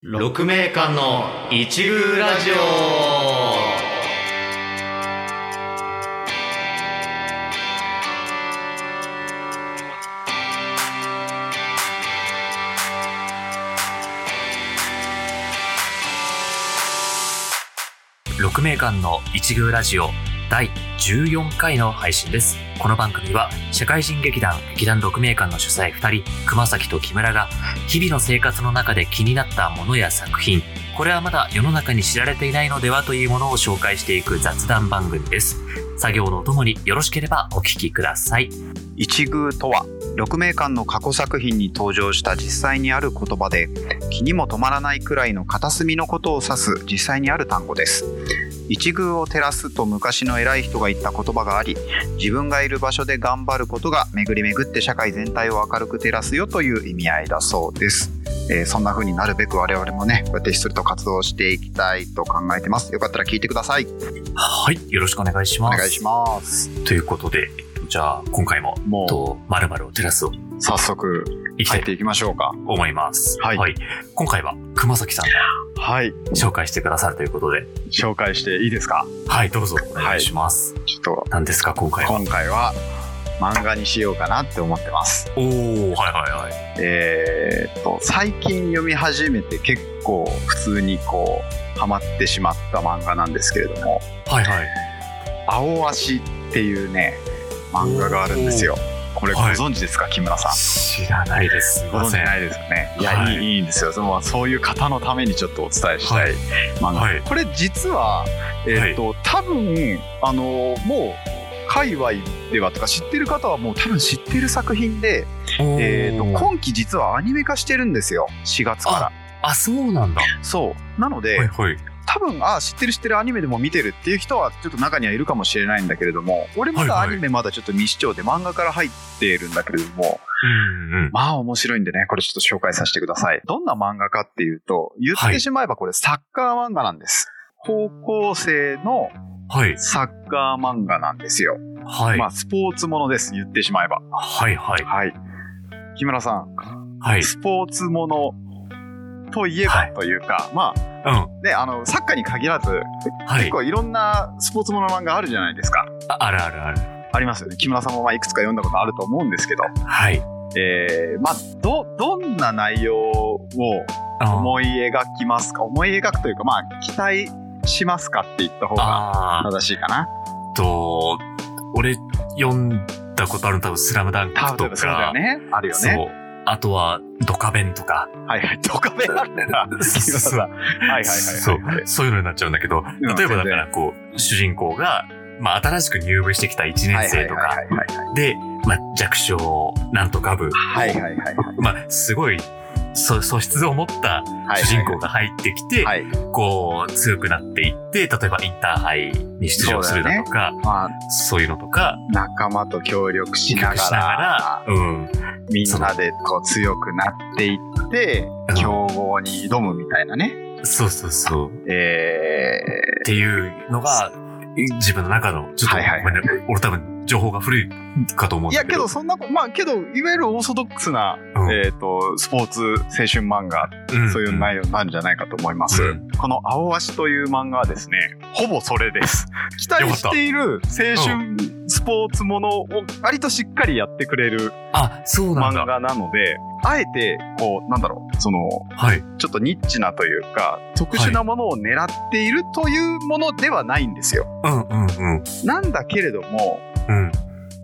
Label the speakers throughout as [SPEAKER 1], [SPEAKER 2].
[SPEAKER 1] 六名館の一宮ラジオ
[SPEAKER 2] 6名間の一宮ラジオ第14回の配信です。この番組は社会人劇団劇団6名間の主催2人、熊崎と木村が日々の生活の中で気になったものや作品、これはまだ世の中に知られていないのではというものを紹介していく雑談番組です。作業のお供によろしければお聞きください。
[SPEAKER 3] 一宮とは鹿鳴館の過去作品に登場した実際にある言葉で気にも止まらないくらいの片隅のことを指す実際にある単語です一宮を照らすと昔の偉い人が言った言葉があり自分がいる場所で頑張ることが巡り巡って社会全体を明るく照らすよという意味合いだそうです、えーそんな風になるべく我々もねこうやってひっそりと活動していきたいと考えてますよかったら聞いてください
[SPEAKER 2] はい、よろしくお願いし
[SPEAKER 3] お
[SPEAKER 2] ます。
[SPEAKER 3] 願いします
[SPEAKER 2] す。ということで、えっとじゃあ今回も、
[SPEAKER 3] もう
[SPEAKER 2] と、〇〇を照らすを
[SPEAKER 3] 早速
[SPEAKER 2] いきた
[SPEAKER 3] 入
[SPEAKER 2] い
[SPEAKER 3] っ
[SPEAKER 2] と
[SPEAKER 3] ていきましょうか
[SPEAKER 2] 思います。
[SPEAKER 3] はい
[SPEAKER 2] 今回は熊崎さんが
[SPEAKER 3] はい
[SPEAKER 2] 紹介してくださるということで、
[SPEAKER 3] 紹介していいですか
[SPEAKER 2] はい、どうぞお願いします。
[SPEAKER 3] ちょっと
[SPEAKER 2] 何ですか、今回は。
[SPEAKER 3] 今回は漫画にしようかなって思ってます。
[SPEAKER 2] おおー、はいはいはい。
[SPEAKER 3] えーっと最近読み始めて結構普通にこうハマってしまった漫画なんですけれども
[SPEAKER 2] はいはい。
[SPEAKER 3] 「青足」っていうね漫画があるんですよ。これご
[SPEAKER 2] はい
[SPEAKER 3] 存知ですか、木村さん。
[SPEAKER 2] 知らないです。すい
[SPEAKER 3] ご
[SPEAKER 2] ま
[SPEAKER 3] 存知
[SPEAKER 2] せん。
[SPEAKER 3] ないですよね。いや、
[SPEAKER 2] はい
[SPEAKER 3] い、いいいんですよ。そのそういう方のためにちょっとお伝えした
[SPEAKER 2] はい
[SPEAKER 3] い漫画。
[SPEAKER 2] はい
[SPEAKER 3] これ実は、えーっと多分あのもう界隈ではとか知ってる方はもう多分知ってる作品で、えー、と
[SPEAKER 2] こ
[SPEAKER 3] 今期実はアニメ化してるんですよ4月か
[SPEAKER 2] あ、そうなんだ。は
[SPEAKER 3] らそうなので、
[SPEAKER 2] いはい。
[SPEAKER 3] 多分あ知ってる知ってるアニメでも見てるっていう人はちょっと中にはいるかもしれないんだけれども俺まだ
[SPEAKER 2] はい
[SPEAKER 3] ア
[SPEAKER 2] はい
[SPEAKER 3] ニメまだちょっと未視聴で漫画から入っているんだけれども
[SPEAKER 2] うんうん。
[SPEAKER 3] まあ面白いんでねこれちょっと紹介させてくださいどんな漫画かっていうと言ってしまえばこれサッカー漫画なんです、高校生の
[SPEAKER 2] はい。
[SPEAKER 3] サッカー漫画なんですよ、
[SPEAKER 2] はい。
[SPEAKER 3] まあスポーツものです言ってしまえば
[SPEAKER 2] はいはい。
[SPEAKER 3] はい木村さん
[SPEAKER 2] はい。
[SPEAKER 3] スポーツものといえ
[SPEAKER 2] は
[SPEAKER 3] ば
[SPEAKER 2] い
[SPEAKER 3] というか、まあ
[SPEAKER 2] うん。
[SPEAKER 3] ねあのサッカーに限らず
[SPEAKER 2] は
[SPEAKER 3] 結
[SPEAKER 2] い。
[SPEAKER 3] 構いろんなスポーツものの漫画あるじゃないですか
[SPEAKER 2] ああるあるある。
[SPEAKER 3] ありますよね木村さんもまあいくつか読んだことあると思うんですけど、
[SPEAKER 2] はい。
[SPEAKER 3] えーまあどどんな内容を
[SPEAKER 2] あ
[SPEAKER 3] 思い描きますか思い描くというかまあ期待しますかって言った方が
[SPEAKER 2] あ
[SPEAKER 3] 正しいかな
[SPEAKER 2] ーっと、俺、読んだことあるの多分、スラムダンク
[SPEAKER 3] 多分
[SPEAKER 2] と
[SPEAKER 3] そうだ
[SPEAKER 2] か
[SPEAKER 3] よ。ねあるよ
[SPEAKER 2] そ
[SPEAKER 3] ね
[SPEAKER 2] う。あとは、ドカベンとか。
[SPEAKER 3] はいはいドカベンあるんだ 木村さんはいはいはいはい
[SPEAKER 2] そう、そういうのになっちゃうんだけど、
[SPEAKER 3] うん
[SPEAKER 2] 例えばだからこう、主人公が、まあ新しく入部してきた1
[SPEAKER 3] は
[SPEAKER 2] 年
[SPEAKER 3] いは
[SPEAKER 2] 生
[SPEAKER 3] い
[SPEAKER 2] と
[SPEAKER 3] は
[SPEAKER 2] か
[SPEAKER 3] いはい
[SPEAKER 2] で、まあ弱小なんとか部、
[SPEAKER 3] はいはいはいはい
[SPEAKER 2] まあすごいそ素質を持った
[SPEAKER 3] はい
[SPEAKER 2] 主人公が入ってきて、
[SPEAKER 3] はい
[SPEAKER 2] こう強くなっていって、例えばインターハイに出場するだとか、
[SPEAKER 3] まあ
[SPEAKER 2] そういうのとか、
[SPEAKER 3] 仲間と協力し
[SPEAKER 2] 比較
[SPEAKER 3] ながら
[SPEAKER 2] しながら、うん。
[SPEAKER 3] みんなでこう強くなっていって
[SPEAKER 2] うん
[SPEAKER 3] 強豪に挑むみたいなね、
[SPEAKER 2] そうそうそう。っ
[SPEAKER 3] え
[SPEAKER 2] ていうのが、自分の中の、ちょっと、
[SPEAKER 3] はいはい
[SPEAKER 2] ごめんね俺多分情報が古いかと思う
[SPEAKER 3] ー
[SPEAKER 2] ん
[SPEAKER 3] い
[SPEAKER 2] だ
[SPEAKER 3] や
[SPEAKER 2] けど。
[SPEAKER 3] けどそんなこまあけどいわゆるオーソドックスな、
[SPEAKER 2] うん
[SPEAKER 3] えー、とスポーツ青春漫画、
[SPEAKER 2] ん
[SPEAKER 3] そういう内容なんじゃないかと思います、
[SPEAKER 2] うん
[SPEAKER 3] この「青足」という漫画はですねほぼそれです 期待している青春スポーツものを割としっかりやってくれる
[SPEAKER 2] あ、そうなん
[SPEAKER 3] 漫
[SPEAKER 2] だ。
[SPEAKER 3] 画なのであえてこうなんだろうその
[SPEAKER 2] はい。
[SPEAKER 3] ちょっとニッチなというか特殊なものを狙っているというものではないんですよ。
[SPEAKER 2] うんうんうん。
[SPEAKER 3] なんだけれども
[SPEAKER 2] うん。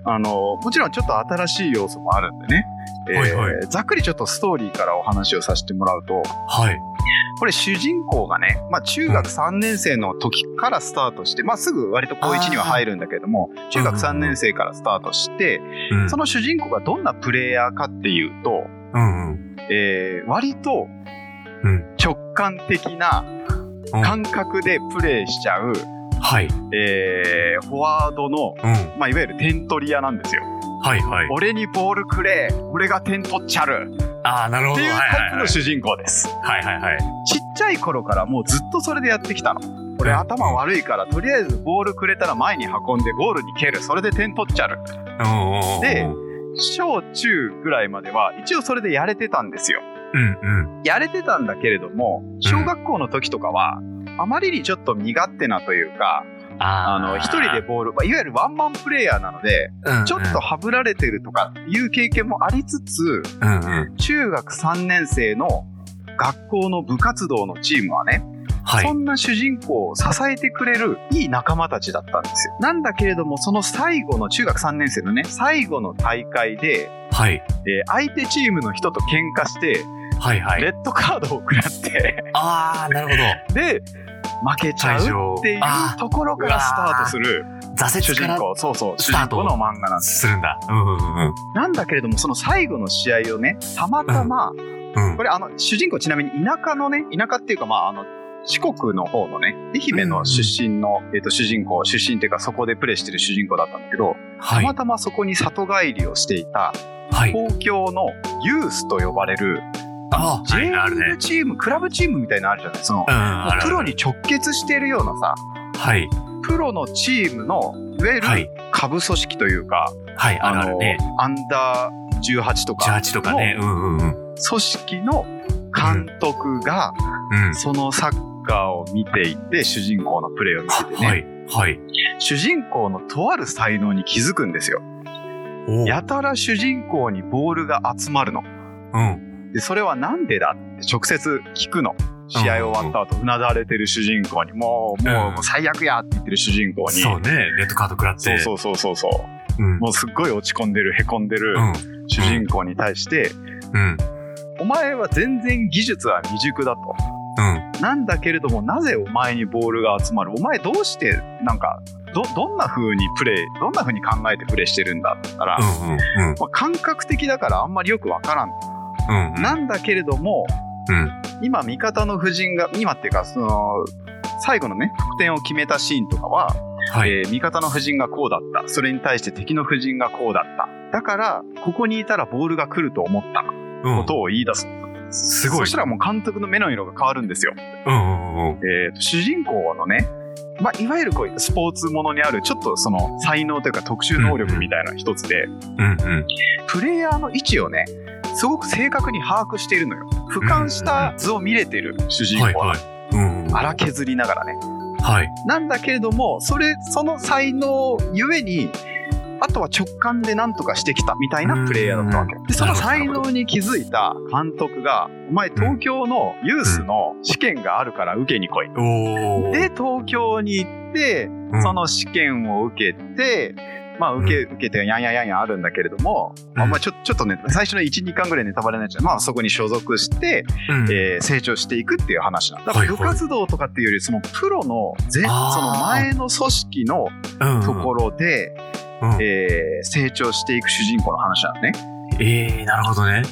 [SPEAKER 3] あのもちろんちょっと新しい要素もあるんでね、えー
[SPEAKER 2] はいは
[SPEAKER 3] ざっくりちょっとストーリーからお話をさせてもらうと
[SPEAKER 2] はい。
[SPEAKER 3] これ主人公がね、まあ、中学3年生の時からスタートして、まあ、すぐ割と高1には入るんだけれども中学3年生からスタートして
[SPEAKER 2] うん
[SPEAKER 3] その主人公がどんなプレイヤーかっていうと、
[SPEAKER 2] うんうん。
[SPEAKER 3] えー割と
[SPEAKER 2] うん
[SPEAKER 3] 直感的な
[SPEAKER 2] うん
[SPEAKER 3] 感覚でプレーしちゃう、
[SPEAKER 2] はい。
[SPEAKER 3] えーフォワードの、
[SPEAKER 2] うん。
[SPEAKER 3] まあ、いわゆる点取り屋なんですよ。
[SPEAKER 2] はいはい。
[SPEAKER 3] 俺にボールくれ俺が点取っちゃる
[SPEAKER 2] ああ、なる
[SPEAKER 3] っ
[SPEAKER 2] ほ
[SPEAKER 3] て
[SPEAKER 2] ど。
[SPEAKER 3] い
[SPEAKER 2] は
[SPEAKER 3] う
[SPEAKER 2] い
[SPEAKER 3] タイプ
[SPEAKER 2] はいは
[SPEAKER 3] の
[SPEAKER 2] い。
[SPEAKER 3] 主人公です。
[SPEAKER 2] はいはいはい。
[SPEAKER 3] ちっちゃい頃からもうずっとそれでやってきたの。俺
[SPEAKER 2] うん
[SPEAKER 3] 頭悪いからとりあえずボールくれたら前に運んでゴールに蹴るそれで点取っちゃる
[SPEAKER 2] うんうんうんうん。
[SPEAKER 3] で小中ぐらいまでは一応それでやれてたんですよ。
[SPEAKER 2] うんうん。
[SPEAKER 3] やれてたんだけれども小学校の時とかはあまりにちょっと身勝手なというか
[SPEAKER 2] あ
[SPEAKER 3] あの一人でボール、まあいわゆるワンマンプレイヤーなので
[SPEAKER 2] で
[SPEAKER 3] ちょっと、はぶられてるとかっていう経験もありつつ
[SPEAKER 2] うんうん。
[SPEAKER 3] 中学3年生の学校の部活動のチームはね、
[SPEAKER 2] は
[SPEAKER 3] そ
[SPEAKER 2] い。
[SPEAKER 3] んな主人公を支えてくれるいい仲間たちだったんですよなんだけれどもその最後の中学3年生のね最後の大会で、
[SPEAKER 2] はい。
[SPEAKER 3] えー相手チームの人と喧嘩して
[SPEAKER 2] はいはい。
[SPEAKER 3] レッドカードを食らって
[SPEAKER 2] ああ、なるほど。
[SPEAKER 3] で負けちゃ
[SPEAKER 2] 退
[SPEAKER 3] う
[SPEAKER 2] 場
[SPEAKER 3] っていう
[SPEAKER 2] あ
[SPEAKER 3] ところからスタートする
[SPEAKER 2] ー挫
[SPEAKER 3] 主
[SPEAKER 2] 折か
[SPEAKER 3] 人
[SPEAKER 2] ら
[SPEAKER 3] 公そうそう主
[SPEAKER 2] スター
[SPEAKER 3] 人
[SPEAKER 2] ト
[SPEAKER 3] 公の漫画なんです
[SPEAKER 2] するんだ。うんうんうん
[SPEAKER 3] なんだけれどもその最後の試合をねたまたま、
[SPEAKER 2] うん。うん
[SPEAKER 3] こ。れあの主人公ちなみに田舎のね田舎っていうかまああの四国の方のね愛媛の出身の、えっと主人公出身っていうかそこでプレイしてる主人公だったんだけど、
[SPEAKER 2] は
[SPEAKER 3] た
[SPEAKER 2] い
[SPEAKER 3] ま。たまそこに里帰りをしていた
[SPEAKER 2] はい。
[SPEAKER 3] 東京のユースと呼ばれる
[SPEAKER 2] ああ、はい、ある
[SPEAKER 3] JL
[SPEAKER 2] ね。
[SPEAKER 3] チーム、クラブチームみたいなのあるじゃないその、
[SPEAKER 2] うん、ある。
[SPEAKER 3] プロに直結してるようなさ
[SPEAKER 2] はい。
[SPEAKER 3] プロのチームのいわゆ
[SPEAKER 2] は
[SPEAKER 3] る
[SPEAKER 2] い。
[SPEAKER 3] 下部組織というか、
[SPEAKER 2] はい、あるあるね。
[SPEAKER 3] アンダー18とか
[SPEAKER 2] 18とかね。うんうんうん。
[SPEAKER 3] 組織の監督が
[SPEAKER 2] うん。
[SPEAKER 3] そのサッカーを見ていて主人公のプレーを見ててね、
[SPEAKER 2] はい。はい。
[SPEAKER 3] 主人公のとある才能に気づくんですよ
[SPEAKER 2] おう
[SPEAKER 3] やたら主人公にボールが集まるの
[SPEAKER 2] うん。
[SPEAKER 3] でそれはなんでだって直接聞くの試合終わった後うなだれてる主人公にもうもう
[SPEAKER 2] うん
[SPEAKER 3] もう最悪やって言ってる主人公に、
[SPEAKER 2] そうね。レッドカード食らって。
[SPEAKER 3] そうそうそうそうそう
[SPEAKER 2] うん。
[SPEAKER 3] もうすっごい落ち込んでるへこんでる
[SPEAKER 2] うん。
[SPEAKER 3] 主人公に対して、
[SPEAKER 2] うん。
[SPEAKER 3] お前は全然技術は未熟だと
[SPEAKER 2] うん。
[SPEAKER 3] なんだけれどもなぜお前にボールが集まるお前どうしてなんかどどんな風にプレーどんな風に考えてプレーしてるんだって言ったら、
[SPEAKER 2] う
[SPEAKER 3] ま
[SPEAKER 2] ん。うん。
[SPEAKER 3] あ、感覚的だからあんまりよくわからん、
[SPEAKER 2] うん。うん。
[SPEAKER 3] なんだけれども
[SPEAKER 2] うん。
[SPEAKER 3] 今味方の布陣が今っていうかその最後のね得点を決めたシーンとかは、
[SPEAKER 2] はい。
[SPEAKER 3] えー味方の布陣がこうだったそれに対して敵の布陣がこうだっただからここにいたらボールが来ると思った
[SPEAKER 2] うん。
[SPEAKER 3] ことを言い出す、
[SPEAKER 2] すごい
[SPEAKER 3] そしたらもう監督の目の色が変わるんですよ
[SPEAKER 2] うんうんうん。
[SPEAKER 3] えーと主人公のね、まあ、いわゆるこうスポーツものにあるちょっとその才能というか特殊能力みたいなの一つで、
[SPEAKER 2] うんうん。
[SPEAKER 3] プレイヤーの位置をねすごく正確に把握しているのよ俯瞰した図を見れてる主人
[SPEAKER 2] はい
[SPEAKER 3] 公は
[SPEAKER 2] はい。うんうん。
[SPEAKER 3] 荒削りながらね
[SPEAKER 2] はい。
[SPEAKER 3] なんだけれどもそれその才能ゆえにあとは直感で何とかしてきたみたいなプレイヤーだったわけ
[SPEAKER 2] うん
[SPEAKER 3] でその
[SPEAKER 2] なる
[SPEAKER 3] 才
[SPEAKER 2] ほど
[SPEAKER 3] 能に気づいた監督が「お前東京のユースの試験があるから受けに来い」
[SPEAKER 2] おお。
[SPEAKER 3] で、東京に行って、
[SPEAKER 2] うん
[SPEAKER 3] その試験を受けて、まあ、受け、受けて、やんやんやんやんあるんだけれども、まあ
[SPEAKER 2] うん
[SPEAKER 3] まあ、ちょ、ちょっとね、最初の1、2巻ぐらいネタバレになっちゃう。まあ、そこに所属して、
[SPEAKER 2] うん、
[SPEAKER 3] えー成長していくっていう話なんだ。だから
[SPEAKER 2] はいは
[SPEAKER 3] 部
[SPEAKER 2] い
[SPEAKER 3] 活動とかっていうより、そのプロの、ぜそ
[SPEAKER 2] あー
[SPEAKER 3] の前の組織の
[SPEAKER 2] うん
[SPEAKER 3] ところで、
[SPEAKER 2] うんうん
[SPEAKER 3] えー成長していく主人公の話なのね。
[SPEAKER 2] えー、なるほどね。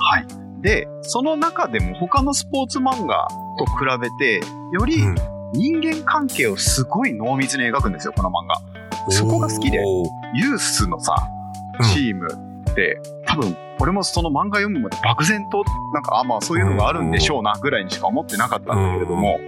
[SPEAKER 3] で、その中でも他のスポーツ漫画と比べて、より
[SPEAKER 2] うん
[SPEAKER 3] 人間関係をすごい濃密に描くんですよ、この漫画。そこが好きで
[SPEAKER 2] おー
[SPEAKER 3] ユースのさ
[SPEAKER 2] うん
[SPEAKER 3] チームって、多分俺もその漫画読むまで漠然となんかあまあそういうのがあるんでしょうなぐらいにしか思ってなかったんだけれども、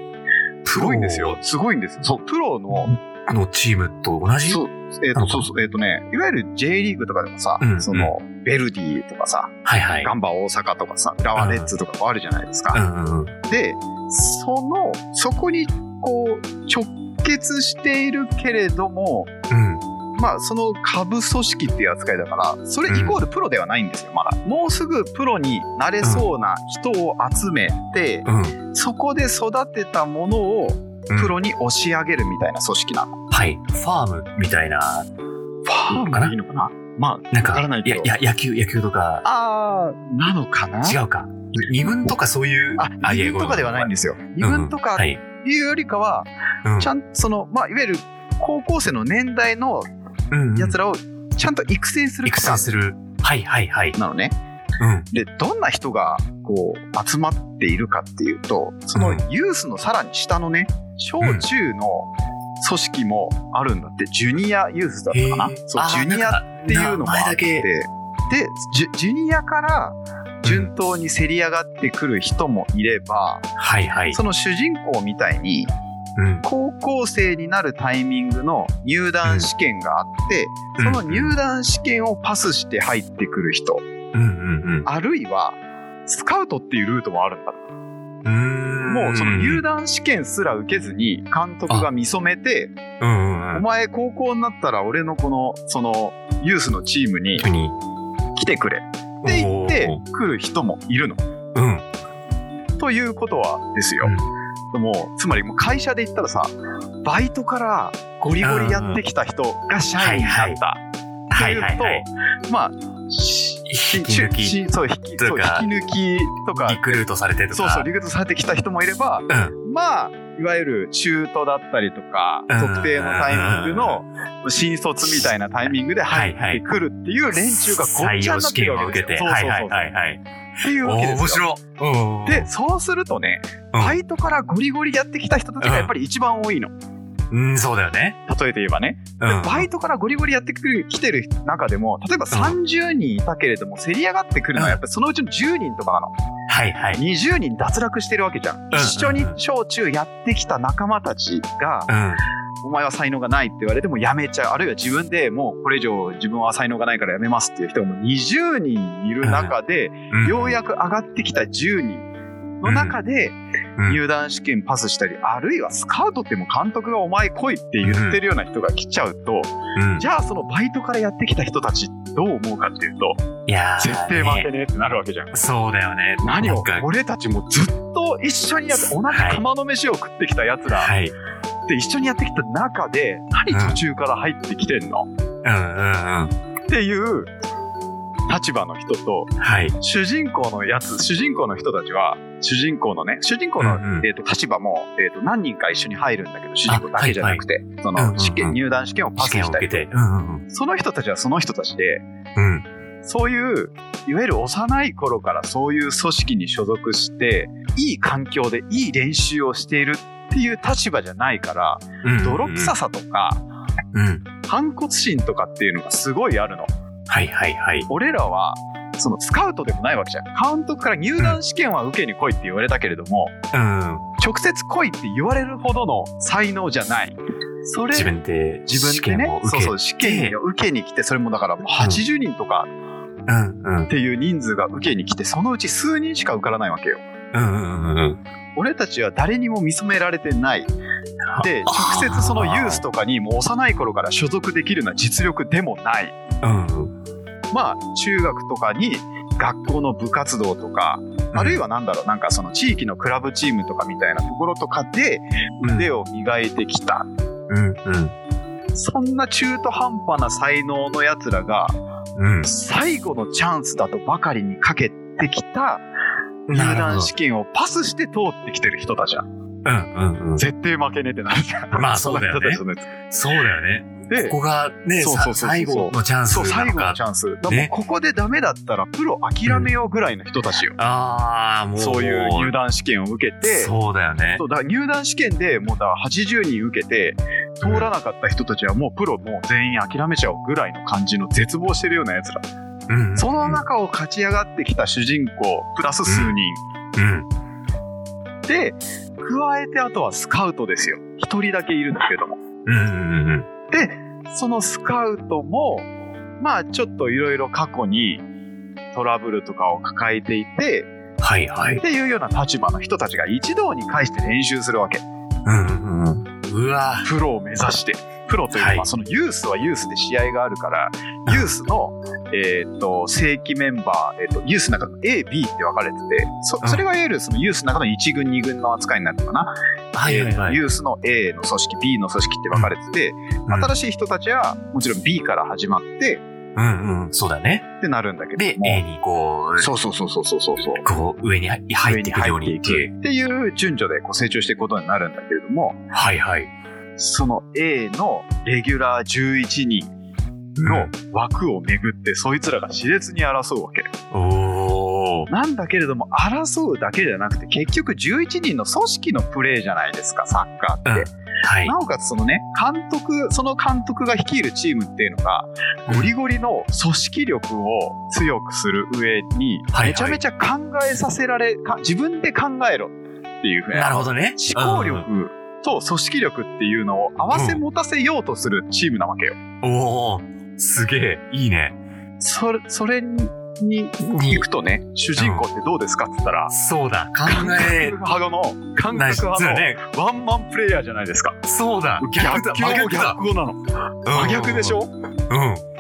[SPEAKER 3] すごいんですよ。すごいんですそうプロの、
[SPEAKER 2] あのチームと同じ
[SPEAKER 3] そうえっ、
[SPEAKER 2] な
[SPEAKER 3] と
[SPEAKER 2] んか
[SPEAKER 3] そうそうえっ、とねいわゆる J リーグとかでもさ、
[SPEAKER 2] うん
[SPEAKER 3] そのベルディとかさ
[SPEAKER 2] はいはい。
[SPEAKER 3] ガンバ大阪とかさ浦和レッズとかあるじゃないですか。
[SPEAKER 2] うんうんうん。
[SPEAKER 3] でそのそこにこう直結しているけれども
[SPEAKER 2] うん。
[SPEAKER 3] まあその下部組織っていう扱いだからそれイコールプロではないんですよまだもうすぐプロになれそうな人を集めて
[SPEAKER 2] うん。
[SPEAKER 3] そこで育てたものを
[SPEAKER 2] うん
[SPEAKER 3] プロに押し上げるみたいな組織なの
[SPEAKER 2] はい。ファームみたいな、
[SPEAKER 3] ファームがいいのかなまあ
[SPEAKER 2] なんか、
[SPEAKER 3] わからないけど
[SPEAKER 2] や、や野球、野球とか、
[SPEAKER 3] あーなのかな
[SPEAKER 2] 違うか。二軍とかそういう、
[SPEAKER 3] あ
[SPEAKER 2] い
[SPEAKER 3] 二
[SPEAKER 2] や
[SPEAKER 3] 軍とかではないん
[SPEAKER 2] で
[SPEAKER 3] ですよ二
[SPEAKER 2] す
[SPEAKER 3] 軍とかっ
[SPEAKER 2] は
[SPEAKER 3] て
[SPEAKER 2] い。
[SPEAKER 3] いうよりかは
[SPEAKER 2] うん
[SPEAKER 3] ちゃんとそのまあいわゆる高校生の年代の
[SPEAKER 2] うん
[SPEAKER 3] やつらをちゃんと育成する
[SPEAKER 2] 育成
[SPEAKER 3] 方
[SPEAKER 2] する。はいはいはい。
[SPEAKER 3] なのね
[SPEAKER 2] うん。
[SPEAKER 3] でどんな人がこう集まっているかっていうとその
[SPEAKER 2] うん
[SPEAKER 3] ユースのさらに下のね小中の組織もあるんだって、ジュニアユースだったかな
[SPEAKER 2] へー
[SPEAKER 3] そう
[SPEAKER 2] あ
[SPEAKER 3] ジ
[SPEAKER 2] ー
[SPEAKER 3] ュニアっ
[SPEAKER 2] なんか
[SPEAKER 3] ていうのもあ
[SPEAKER 2] 名前
[SPEAKER 3] っ
[SPEAKER 2] だけ。
[SPEAKER 3] てでジュジュニアから順当に競り上がってくる人もいれば、
[SPEAKER 2] はいはい。
[SPEAKER 3] その主人公みたいに
[SPEAKER 2] うん。
[SPEAKER 3] 高校生になるタイミングの入団試験があって、
[SPEAKER 2] うん
[SPEAKER 3] その入団試験をパスして入ってくる人
[SPEAKER 2] うんうんうん。
[SPEAKER 3] あるいはスカウトっていうルートもあるんだ
[SPEAKER 2] うん
[SPEAKER 3] もうその入団試験すら受けずに監督が見初めて
[SPEAKER 2] うん
[SPEAKER 3] 「
[SPEAKER 2] う
[SPEAKER 3] お
[SPEAKER 2] ん。
[SPEAKER 3] 前高校になったら俺のこのそのユースのチームに
[SPEAKER 2] 特に。
[SPEAKER 3] 来てくれ」って言って来る人もいるの。
[SPEAKER 2] おーうん。
[SPEAKER 3] ということはですよ。でもつまりもう会社で言ったらさバイトからゴリゴリやってきた人が社員になった。って
[SPEAKER 2] はいいうはいはい。
[SPEAKER 3] とまあし
[SPEAKER 2] 引き抜き、
[SPEAKER 3] しそう引きそう
[SPEAKER 2] とか
[SPEAKER 3] 引き抜きとか
[SPEAKER 2] リクルートされてとか。
[SPEAKER 3] そうそうリクルートされてきた人もいれば
[SPEAKER 2] うん。
[SPEAKER 3] まあいわゆる中途だったりとか
[SPEAKER 2] うん
[SPEAKER 3] 特定のタイミングの新卒みたいなタイミングで入
[SPEAKER 2] は
[SPEAKER 3] っ
[SPEAKER 2] いは
[SPEAKER 3] て
[SPEAKER 2] い
[SPEAKER 3] くるっていう連中がごっ
[SPEAKER 2] 採
[SPEAKER 3] ちゃ
[SPEAKER 2] 用
[SPEAKER 3] になっ
[SPEAKER 2] 試
[SPEAKER 3] てる
[SPEAKER 2] 験
[SPEAKER 3] わ
[SPEAKER 2] を
[SPEAKER 3] け
[SPEAKER 2] 受けて。
[SPEAKER 3] ですよ。そう
[SPEAKER 2] はい
[SPEAKER 3] そ
[SPEAKER 2] はいう
[SPEAKER 3] うそそう
[SPEAKER 2] はいはい。
[SPEAKER 3] っていう
[SPEAKER 2] お
[SPEAKER 3] わけ
[SPEAKER 2] ー
[SPEAKER 3] で
[SPEAKER 2] 面
[SPEAKER 3] すよ。
[SPEAKER 2] 白い。うん。
[SPEAKER 3] で、そうするとね、
[SPEAKER 2] うん
[SPEAKER 3] バイトからゴリゴリやってきた人たちがやっぱり一番多いの。
[SPEAKER 2] うん、そうだよね。
[SPEAKER 3] 例えて言えばね。
[SPEAKER 2] うん。
[SPEAKER 3] バイトからゴリゴリやってくる来てる中でも例えば30人いたけれども競り上がってくるのはやっぱりそのうちの10人とかなの
[SPEAKER 2] はいはい。
[SPEAKER 3] 20人脱落してるわけじゃん
[SPEAKER 2] うん
[SPEAKER 3] 一緒に小中やってきた仲間たちが
[SPEAKER 2] うん。
[SPEAKER 3] 「お前は才能がない」って言われてもやめちゃうあるいは自分でもうこれ以上自分は才能がないからやめますっていう人も20人いる中で
[SPEAKER 2] うん
[SPEAKER 3] ようやく上がってきた10人の中で
[SPEAKER 2] うん
[SPEAKER 3] 入団試験パスしたりあるいはスカウトっても監督が「お前来い」って言ってるような人が来ちゃうと。
[SPEAKER 2] うん
[SPEAKER 3] じゃあそのバイトからやってきた人たちどう思うかっていうと
[SPEAKER 2] いやー
[SPEAKER 3] 絶対負けねえってなるわけじゃん。
[SPEAKER 2] そうだよね。
[SPEAKER 3] 何
[SPEAKER 2] な
[SPEAKER 3] を
[SPEAKER 2] んか
[SPEAKER 3] 俺たちもずっと一緒にやって同じ釜の飯を食ってきたやつら
[SPEAKER 2] はい。
[SPEAKER 3] で一緒にやってきた中で何途中から入ってきてんの、
[SPEAKER 2] うんうんうん。
[SPEAKER 3] っていう立場の人と
[SPEAKER 2] はい。
[SPEAKER 3] 主人公のやつ主人公の人たちは主人公のね主人公の、
[SPEAKER 2] うんうん
[SPEAKER 3] えー、と立場も、えー、と何人か一緒に入るんだけど主人公だけじゃなくて、そ
[SPEAKER 2] うんうんう
[SPEAKER 3] の
[SPEAKER 2] ん
[SPEAKER 3] 試験、入団試験をパ
[SPEAKER 2] 試
[SPEAKER 3] スし
[SPEAKER 2] 験を
[SPEAKER 3] た
[SPEAKER 2] 受
[SPEAKER 3] り
[SPEAKER 2] けて。うんうん
[SPEAKER 3] その人たちはその人たちで
[SPEAKER 2] うん。うん。
[SPEAKER 3] そういう、いわゆる幼い頃からそういう組織に所属して、いい環境でいい練習をしているっていう立場じゃないから、
[SPEAKER 2] うんうん
[SPEAKER 3] 泥臭さとか、
[SPEAKER 2] うん。
[SPEAKER 3] 反骨心とかっていうのがすごいあるの。
[SPEAKER 2] はいはいはい。
[SPEAKER 3] 俺らは、そのスカウトでもないわけじゃん。監督から入団試験は受けに来いって言われたけれども、
[SPEAKER 2] うん。
[SPEAKER 3] 直接来いって言われるほどの才能じゃない。それ
[SPEAKER 2] 自分で
[SPEAKER 3] 自分
[SPEAKER 2] 試
[SPEAKER 3] で
[SPEAKER 2] 験
[SPEAKER 3] ね
[SPEAKER 2] を、受
[SPEAKER 3] そう
[SPEAKER 2] け
[SPEAKER 3] そう、試験を受けに来て、それもだからもう80人とか
[SPEAKER 2] うんうん
[SPEAKER 3] っていう人数が受けに来て、そのうち数人しか受からないわけよ。
[SPEAKER 2] うんうんうんうん。
[SPEAKER 3] 俺たちは誰にも見初められてないで
[SPEAKER 2] あー
[SPEAKER 3] 直接そのユースとかにもう幼い頃から所属できるような実力でもない
[SPEAKER 2] うんうん。
[SPEAKER 3] まあ中学とかに学校の部活動とかあるいはなんだろうなんかその地域のクラブチームとかみたいなところとかで
[SPEAKER 2] うん
[SPEAKER 3] 腕を磨いてきた
[SPEAKER 2] うんうん
[SPEAKER 3] そんな中途半端な才能のやつらが
[SPEAKER 2] うん。
[SPEAKER 3] 最後のチャンスだとばかりにかけてきた入
[SPEAKER 2] なるほ
[SPEAKER 3] 団
[SPEAKER 2] ど
[SPEAKER 3] 試験をパスして通ってきてる人たちは
[SPEAKER 2] うんうんうん。
[SPEAKER 3] 絶対負けねえってなるじゃん
[SPEAKER 2] まあそうだよね
[SPEAKER 3] その人たちのやつ
[SPEAKER 2] そうだよね。
[SPEAKER 3] で
[SPEAKER 2] ここがね、
[SPEAKER 3] そうそうそうそう
[SPEAKER 2] さ最後のチャンス
[SPEAKER 3] そう
[SPEAKER 2] な
[SPEAKER 3] 最
[SPEAKER 2] の
[SPEAKER 3] 後の
[SPEAKER 2] か
[SPEAKER 3] チ。ャンスだからもう
[SPEAKER 2] ね
[SPEAKER 3] ここでダメだったらプロ諦めようぐらいの人たちよ、
[SPEAKER 2] ああ、もう。
[SPEAKER 3] そういう入団試験を受けてそう
[SPEAKER 2] そうだよね。
[SPEAKER 3] だから入団試験でもうだから80人受けて通らなかった人たちはもうプロもう全員諦めちゃうぐらいの感じの絶望してるようなやつら
[SPEAKER 2] うんうん
[SPEAKER 3] その中を勝ち上がってきた主人公プラス数人
[SPEAKER 2] うん。
[SPEAKER 3] で加えてあとはスカウトですよ1人だけいるんだけども
[SPEAKER 2] うんうんうん
[SPEAKER 3] でそのスカウトもまあちょっといろいろ過去にトラブルとかを抱えていて
[SPEAKER 2] うん。はいはい
[SPEAKER 3] っ。ていうような立場の人たちが一堂に会して練習するわけ
[SPEAKER 2] うんうんうん。うわ
[SPEAKER 3] プロを目指してプロというの
[SPEAKER 2] は
[SPEAKER 3] はいそのユースはユースで試合があるからユースの、えーっと正規メンバー、えーっとユースの中の AB って分かれててそそれがいわゆるそのユースの中の1軍2軍の扱いになるのかな、
[SPEAKER 2] はいはいはい。
[SPEAKER 3] ユースの A の組織 B の組織って分かれてて、
[SPEAKER 2] うん
[SPEAKER 3] 新しい人たちはもちろん B から始まって
[SPEAKER 2] うんうん。そうだね。
[SPEAKER 3] ってなるんだけ
[SPEAKER 2] で
[SPEAKER 3] ど、も
[SPEAKER 2] A にこう、
[SPEAKER 3] そうそうそうそうそうそうそう
[SPEAKER 2] こう、上に入入っていくようにっていう。
[SPEAKER 3] っていう順序でこう成長していくことになるんだけれども
[SPEAKER 2] はいはい。
[SPEAKER 3] その A のレギュラー11人の枠をめぐってそいつらが熾烈に争うわけ
[SPEAKER 2] おお。
[SPEAKER 3] なんだけれども争うだけじゃなくて結局11人の組織のプレーじゃないですかサッカーって、
[SPEAKER 2] はい。
[SPEAKER 3] なおかつそのね監督その監督が率いるチームっていうのがゴリゴリの組織力を強くする上に
[SPEAKER 2] はいはい
[SPEAKER 3] めちゃめちゃ考えさせられ、か自分で考えろっていうふう
[SPEAKER 2] なるほどね。う
[SPEAKER 3] 思考
[SPEAKER 2] ん
[SPEAKER 3] 力と組織力っていうのを合わせ持たせようとするチームなわけよ。
[SPEAKER 2] おお。すげえ。いいね。
[SPEAKER 3] それそれに行くとね、主人公ってどうですかって言ったら、
[SPEAKER 2] そうだ、考
[SPEAKER 3] 感覚
[SPEAKER 2] え、
[SPEAKER 3] 派の、感
[SPEAKER 2] ない
[SPEAKER 3] 覚
[SPEAKER 2] そう
[SPEAKER 3] 派
[SPEAKER 2] だ
[SPEAKER 3] の、
[SPEAKER 2] ね。
[SPEAKER 3] ワンマンプレイヤーじゃないですか。
[SPEAKER 2] そうだ、
[SPEAKER 3] 逆
[SPEAKER 2] 逆
[SPEAKER 3] だ
[SPEAKER 2] だ、
[SPEAKER 3] 真
[SPEAKER 2] 真
[SPEAKER 3] 逆
[SPEAKER 2] 逆だ。
[SPEAKER 3] なの。真逆でしょ
[SPEAKER 2] うん。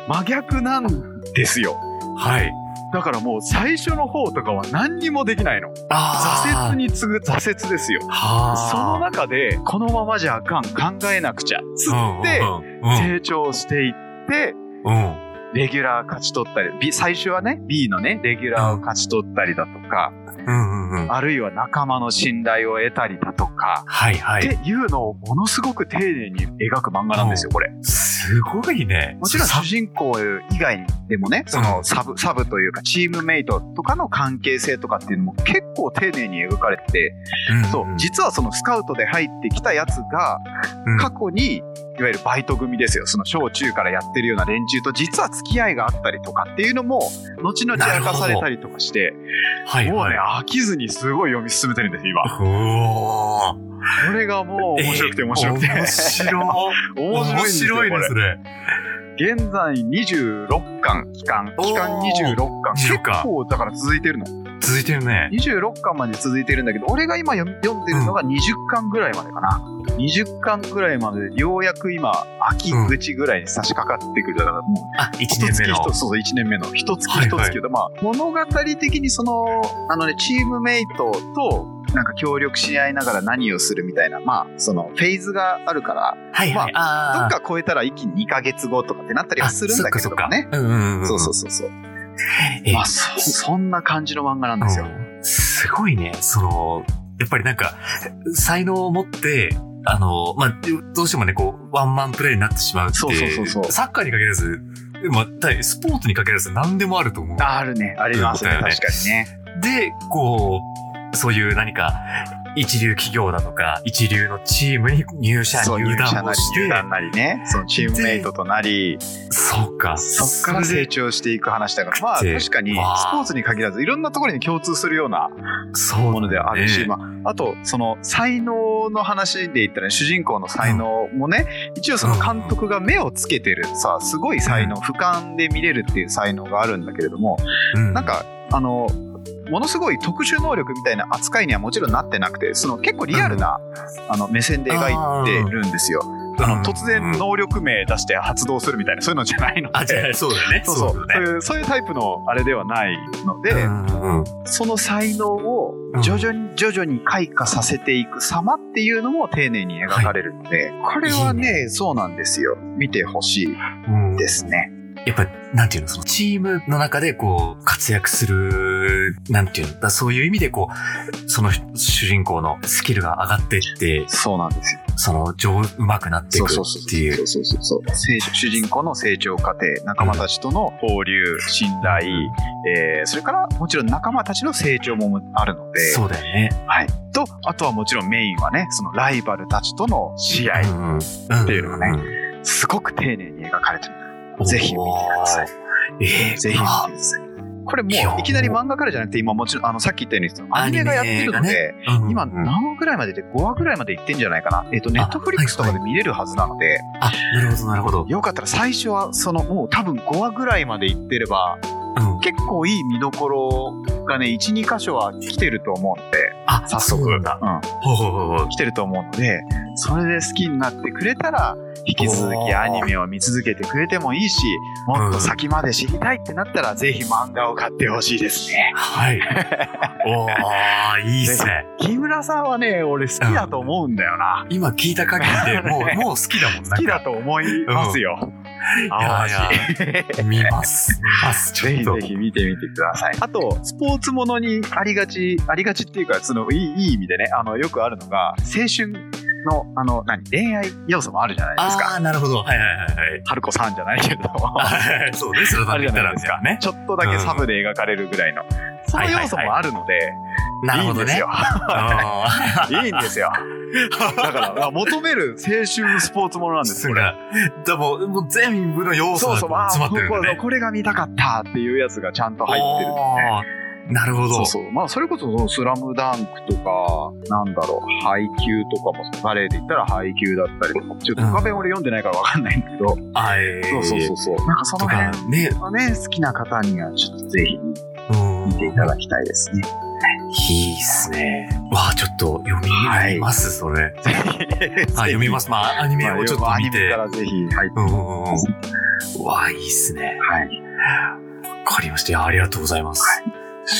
[SPEAKER 3] 真逆なんですよ。
[SPEAKER 2] はい。
[SPEAKER 3] だからもう最初の方とかは何にもできないの。
[SPEAKER 2] あ
[SPEAKER 3] 挫折
[SPEAKER 2] に。
[SPEAKER 3] に次ぐ挫折ですよ。その
[SPEAKER 2] はあ。
[SPEAKER 3] 中で、このままじゃあかん、考えなくちゃ、つって
[SPEAKER 2] うん
[SPEAKER 3] 成長していって、
[SPEAKER 2] うんうん。うん。
[SPEAKER 3] レギュラー勝ち取ったり、B 最初はね、B のね、レギュラーを勝ち取ったりだとか、
[SPEAKER 2] うんうんうん。
[SPEAKER 3] あるいは仲間の信頼を得たりだとか、
[SPEAKER 2] はいは
[SPEAKER 3] って
[SPEAKER 2] い。
[SPEAKER 3] いうのをものすごく丁寧に描く漫画なんですよ、これ。
[SPEAKER 2] すごいね。
[SPEAKER 3] もちろん
[SPEAKER 2] さ
[SPEAKER 3] 主人公以外でもね、そのサブ、サブというかチームメイトとかの関係性とかっていうのも結構丁寧に描かれてて、そう、実はそのスカウトで入ってきたやつが、
[SPEAKER 2] うん
[SPEAKER 3] 過去に、いわゆるバイト組ですよ。その小中からやってるような連中と実は付き合いがあったりとかっていうのも、後々明かされたりとかして、
[SPEAKER 2] はい
[SPEAKER 3] もう
[SPEAKER 2] はい
[SPEAKER 3] ね、。飽きずにすごい読み進めてるんです、今。こ
[SPEAKER 2] うお
[SPEAKER 3] れがもう面白くて面白くて。
[SPEAKER 2] 面白
[SPEAKER 3] 面白いん
[SPEAKER 2] 面
[SPEAKER 3] ですよ、こ
[SPEAKER 2] 白い
[SPEAKER 3] れ
[SPEAKER 2] ですね。
[SPEAKER 3] 現在26巻、期間、
[SPEAKER 2] おー
[SPEAKER 3] 期間26巻。結
[SPEAKER 2] 26巻
[SPEAKER 3] 構だから続いてるの。
[SPEAKER 2] 続いてるね。
[SPEAKER 3] 26巻まで続いてるんだけど、俺が今読み読んでるのが20巻ぐらいまでかな。20巻ぐらいまでで、ようやく今、秋口ぐらいに差し掛かってくる。だからもう、
[SPEAKER 2] あ、1
[SPEAKER 3] 一
[SPEAKER 2] 年
[SPEAKER 3] 月
[SPEAKER 2] 目の。
[SPEAKER 3] 一つ、そうそう、1年目の。一月
[SPEAKER 2] はい
[SPEAKER 3] 一
[SPEAKER 2] はい
[SPEAKER 3] 月けど、まあ、物語的にその、あのね、チームメイトと、なんか協力し合いながら何をするみたいな、まあ、その、フェーズがあるから、
[SPEAKER 2] はいはい。
[SPEAKER 3] ど
[SPEAKER 2] あー
[SPEAKER 3] っか超えたら一気に2ヶ月後とかってなったりはするんだけれどもね。
[SPEAKER 2] あそっかそっかうんうんんん。
[SPEAKER 3] そうそうそうそう。
[SPEAKER 2] え
[SPEAKER 3] まあ、そ、そんな感じの漫画なんですよ。
[SPEAKER 2] うんすごいね、その、やっぱりなんか、才能を持って、あの、まあ、どうしてもね、こう、ワンマンプレイになってしまうって
[SPEAKER 3] そうそうそうそう
[SPEAKER 2] サッカーに限らず、でも、対スポーツに限らず何でもあると思う。
[SPEAKER 3] あるね。ありますね。
[SPEAKER 2] そうだよね
[SPEAKER 3] 確かにね。
[SPEAKER 2] で、こう、そういう何か、一流企業だとか、一流のチームに入社、
[SPEAKER 3] そう、
[SPEAKER 2] 入
[SPEAKER 3] 入社
[SPEAKER 2] 団
[SPEAKER 3] な
[SPEAKER 2] を
[SPEAKER 3] り
[SPEAKER 2] して
[SPEAKER 3] 入、団なりね。そのチームメイトとなり、
[SPEAKER 2] そうか。
[SPEAKER 3] そっから
[SPEAKER 2] それで
[SPEAKER 3] 成長していく話だから。まあ、
[SPEAKER 2] で
[SPEAKER 3] 確かに、スポ
[SPEAKER 2] わあ
[SPEAKER 3] ーツに限らず、いろんなところに共通するような
[SPEAKER 2] そうだね
[SPEAKER 3] ものであるし、まあ、あと、その、才能の話で言ったら、主人公の才能もね、一応その監督が目をつけてる、さ、すごい才能、俯瞰で見れるっていう才能があるんだけれども、
[SPEAKER 2] うん
[SPEAKER 3] なんかあのものすごい特殊能力みたいな扱いにはもちろんなってなくてその結構リアルな、あの目線で描いてるんですよ。あの
[SPEAKER 2] うん
[SPEAKER 3] 突然能力名出して発動するみたいなそういうのじゃないの
[SPEAKER 2] あ、じゃ
[SPEAKER 3] で。
[SPEAKER 2] あ、そうだね。
[SPEAKER 3] そうそう
[SPEAKER 2] だ
[SPEAKER 3] そう
[SPEAKER 2] ね。
[SPEAKER 3] いうそういうタイプのあれではないので、
[SPEAKER 2] うんうんうん
[SPEAKER 3] その才能を徐々に徐々に開花させていく様っていうのも丁寧に描かれるので、これはねそうなんですよ見てほし
[SPEAKER 2] うん
[SPEAKER 3] いですね。
[SPEAKER 2] やっぱ、なんていうの、そのチームの中でこう、活躍する、なんていうの、だそういう意味でこう、その主人公のスキルが上がってって、
[SPEAKER 3] そうなんですよ
[SPEAKER 2] その上手くなってい
[SPEAKER 3] そ
[SPEAKER 2] く
[SPEAKER 3] うそうそう
[SPEAKER 2] っていう。
[SPEAKER 3] そうそうそうそう成長主人公の成長過程仲間たちとの交流信頼、えーそれからもちろん仲間たちの成長もあるので
[SPEAKER 2] そうだよね。
[SPEAKER 3] はい、とあとはもちろんメインはねそのライバルたちとの試合、
[SPEAKER 2] うんうんん
[SPEAKER 3] っていうのがすごく丁寧に描かれてる
[SPEAKER 2] うん
[SPEAKER 3] ぜひ見てください。
[SPEAKER 2] おーえー、
[SPEAKER 3] ぜひ見
[SPEAKER 2] あ
[SPEAKER 3] てくださいこれも
[SPEAKER 2] いや
[SPEAKER 3] ういきなり漫画からじゃなくて今もちろんあのさっき言ったようにそのアニメがやってるの
[SPEAKER 2] アニメ
[SPEAKER 3] で、
[SPEAKER 2] うん
[SPEAKER 3] 今
[SPEAKER 2] うん
[SPEAKER 3] 何話ぐらいまでで5話ぐらいまでいってんじゃないかなえっ、とネットフリックスとかで見れるはずなので、
[SPEAKER 2] あ、なるほど、なるほど。
[SPEAKER 3] よかったら最初はそのもう多分5話ぐらいまで行ってれば
[SPEAKER 2] うん
[SPEAKER 3] 結構いい見どころがね12箇所は来てると思うんで
[SPEAKER 2] あ、
[SPEAKER 3] 早速
[SPEAKER 2] そうなんだ。
[SPEAKER 3] うん
[SPEAKER 2] ほうほうほうほう。
[SPEAKER 3] 来てると思うのでそれで好きになってくれたら引き続
[SPEAKER 2] お
[SPEAKER 3] き
[SPEAKER 2] ー
[SPEAKER 3] アニメを見続けてくれてもいいしもっと先まで知りたいってなったらぜひ漫画を買ってほしいですね
[SPEAKER 2] はい。おー、いいっすね。
[SPEAKER 3] 木村さんはね俺好きだと思うんだよな
[SPEAKER 2] 今聞いた限りでも う、もう好きだもん
[SPEAKER 3] 好
[SPEAKER 2] な
[SPEAKER 3] きだと思いますよ
[SPEAKER 2] い
[SPEAKER 3] 青
[SPEAKER 2] や
[SPEAKER 3] 味
[SPEAKER 2] いや、見ます。見ます。ち
[SPEAKER 3] ぜ
[SPEAKER 2] ょ
[SPEAKER 3] ひ
[SPEAKER 2] っと。
[SPEAKER 3] ぜひ見てみてください。あと、スポーツものにありがち、ありがちっていうか、そのいいいい意味でね、あの、よくあるのが、青春の、あの、何、恋愛要素もあるじゃないです
[SPEAKER 2] あ
[SPEAKER 3] か。
[SPEAKER 2] あ、なるほど。はいはいはいはい
[SPEAKER 3] 春子さんじゃない けど、
[SPEAKER 2] はいはい。そうね、それ
[SPEAKER 3] あ
[SPEAKER 2] だ
[SPEAKER 3] るじゃ
[SPEAKER 2] った
[SPEAKER 3] ない
[SPEAKER 2] ら
[SPEAKER 3] ですか。
[SPEAKER 2] ね。
[SPEAKER 3] ちょっとだけサブで描かれるぐらいの。その要素もあるので、
[SPEAKER 2] ないる
[SPEAKER 3] い
[SPEAKER 2] ほ
[SPEAKER 3] ん
[SPEAKER 2] ど
[SPEAKER 3] です
[SPEAKER 2] ね
[SPEAKER 3] よ。。
[SPEAKER 2] あ
[SPEAKER 3] いいんで すよ。だから、求める青春スポーツものなん
[SPEAKER 2] ー
[SPEAKER 3] です
[SPEAKER 2] そ
[SPEAKER 3] よ
[SPEAKER 2] う。か。だもう、もう全部の要素
[SPEAKER 3] そう
[SPEAKER 2] が
[SPEAKER 3] そう、
[SPEAKER 2] 詰
[SPEAKER 3] あ
[SPEAKER 2] まって
[SPEAKER 3] ー
[SPEAKER 2] るん
[SPEAKER 3] こ
[SPEAKER 2] だ
[SPEAKER 3] れ
[SPEAKER 2] ね。
[SPEAKER 3] これが見たかったっていうやつがちゃんと入ってる。
[SPEAKER 2] おーなるほど。
[SPEAKER 3] そうそう。まあ、それこそ、スラムダンクとか、なんだろう、配給とかも、バレーで言ったら配給だったりとか、ちょっと、
[SPEAKER 2] うん
[SPEAKER 3] ドカベン俺読んでないからわかんないんだけど、
[SPEAKER 2] あえー
[SPEAKER 3] そうそうそうそう。なんかそ
[SPEAKER 2] と
[SPEAKER 3] の辺
[SPEAKER 2] かね、
[SPEAKER 3] のね、好きな方には、ちょっとぜひ
[SPEAKER 2] うん、
[SPEAKER 3] 見ていただきたいです ね。
[SPEAKER 2] いいっすね。わあ、ちょっと読み読みます、それ。あ、読みます。まあ、アニメをちょっと
[SPEAKER 3] ア
[SPEAKER 2] 見
[SPEAKER 3] ニメ
[SPEAKER 2] て
[SPEAKER 3] か。らぜひ入って、
[SPEAKER 2] うんうんうんうん。わあ、いいっすね。
[SPEAKER 3] はい。
[SPEAKER 2] わかりましたいや。ありがとうございます。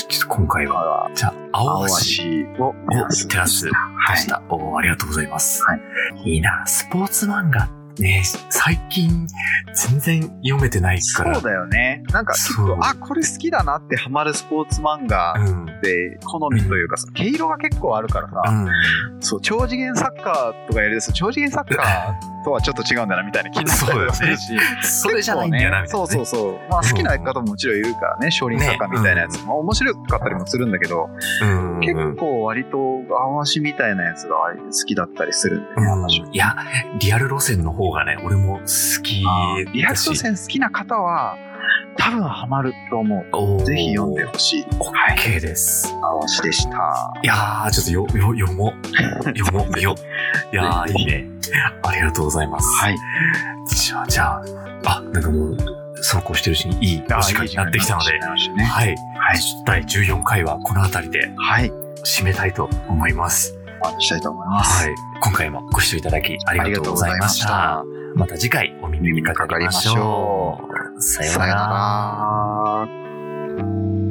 [SPEAKER 2] ちょっと今回
[SPEAKER 3] 今
[SPEAKER 2] は、
[SPEAKER 3] は、
[SPEAKER 2] じゃあ、青
[SPEAKER 3] 青
[SPEAKER 2] 足
[SPEAKER 3] 足を
[SPEAKER 2] を照らすでした。おーありがとうございます。、
[SPEAKER 3] はい
[SPEAKER 2] いな。スポーツ漫画。ね最近、全然読めてない
[SPEAKER 3] そ
[SPEAKER 2] から。
[SPEAKER 3] うだよね。なんか、ちょっ
[SPEAKER 2] そう
[SPEAKER 3] と、あ、これ好きだなってハマるスポーツ漫画
[SPEAKER 2] うん。
[SPEAKER 3] って、好みというか、その毛色が結構あるからさ、
[SPEAKER 2] うん。
[SPEAKER 3] そう超次元サッカーとかやりだすと超次元サッカーとはちょっと違うんだなみたいな気になったりとかするし、
[SPEAKER 2] それじゃないんだよな、み
[SPEAKER 3] 結
[SPEAKER 2] たい
[SPEAKER 3] 構
[SPEAKER 2] な、
[SPEAKER 3] ね
[SPEAKER 2] ね。
[SPEAKER 3] そうそうそう、まあ、
[SPEAKER 2] うん
[SPEAKER 3] 好きな方ももちろんいるからね少林サッカーみたいなやつ、まあ、面白かったりもするんだけど、
[SPEAKER 2] うんうんうん。
[SPEAKER 3] 結構割と青足みたいなやつが好きだったりするんで、ね私
[SPEAKER 2] いや、リアル路線の方がね、俺も好き
[SPEAKER 3] あーリア
[SPEAKER 2] だ
[SPEAKER 3] クション
[SPEAKER 2] し。
[SPEAKER 3] 戦好きな方は多分ハマると思
[SPEAKER 2] お
[SPEAKER 3] う
[SPEAKER 2] ー
[SPEAKER 3] ぜひ読んで。ほしい
[SPEAKER 2] OK です。
[SPEAKER 3] 青足でした
[SPEAKER 2] いやー、ちょっとよ、よ、読 もう。読もう、よ。いやー、いいね。ありがとうございます。
[SPEAKER 3] はい
[SPEAKER 2] じゃあ、じゃあ、あ、なんかもう、走行してるうちにいいお時間になってきたので、
[SPEAKER 3] いい時間になりましたね
[SPEAKER 2] はい。
[SPEAKER 3] はい
[SPEAKER 2] 第14回はこの辺りで
[SPEAKER 3] はい
[SPEAKER 2] 締めたいと思います。
[SPEAKER 3] お待ちしたいと思います、
[SPEAKER 2] はい。今回もご視聴いただきありがとうございました。
[SPEAKER 3] あ
[SPEAKER 2] また次回お耳にかかりましょう。さようなら。
[SPEAKER 3] ら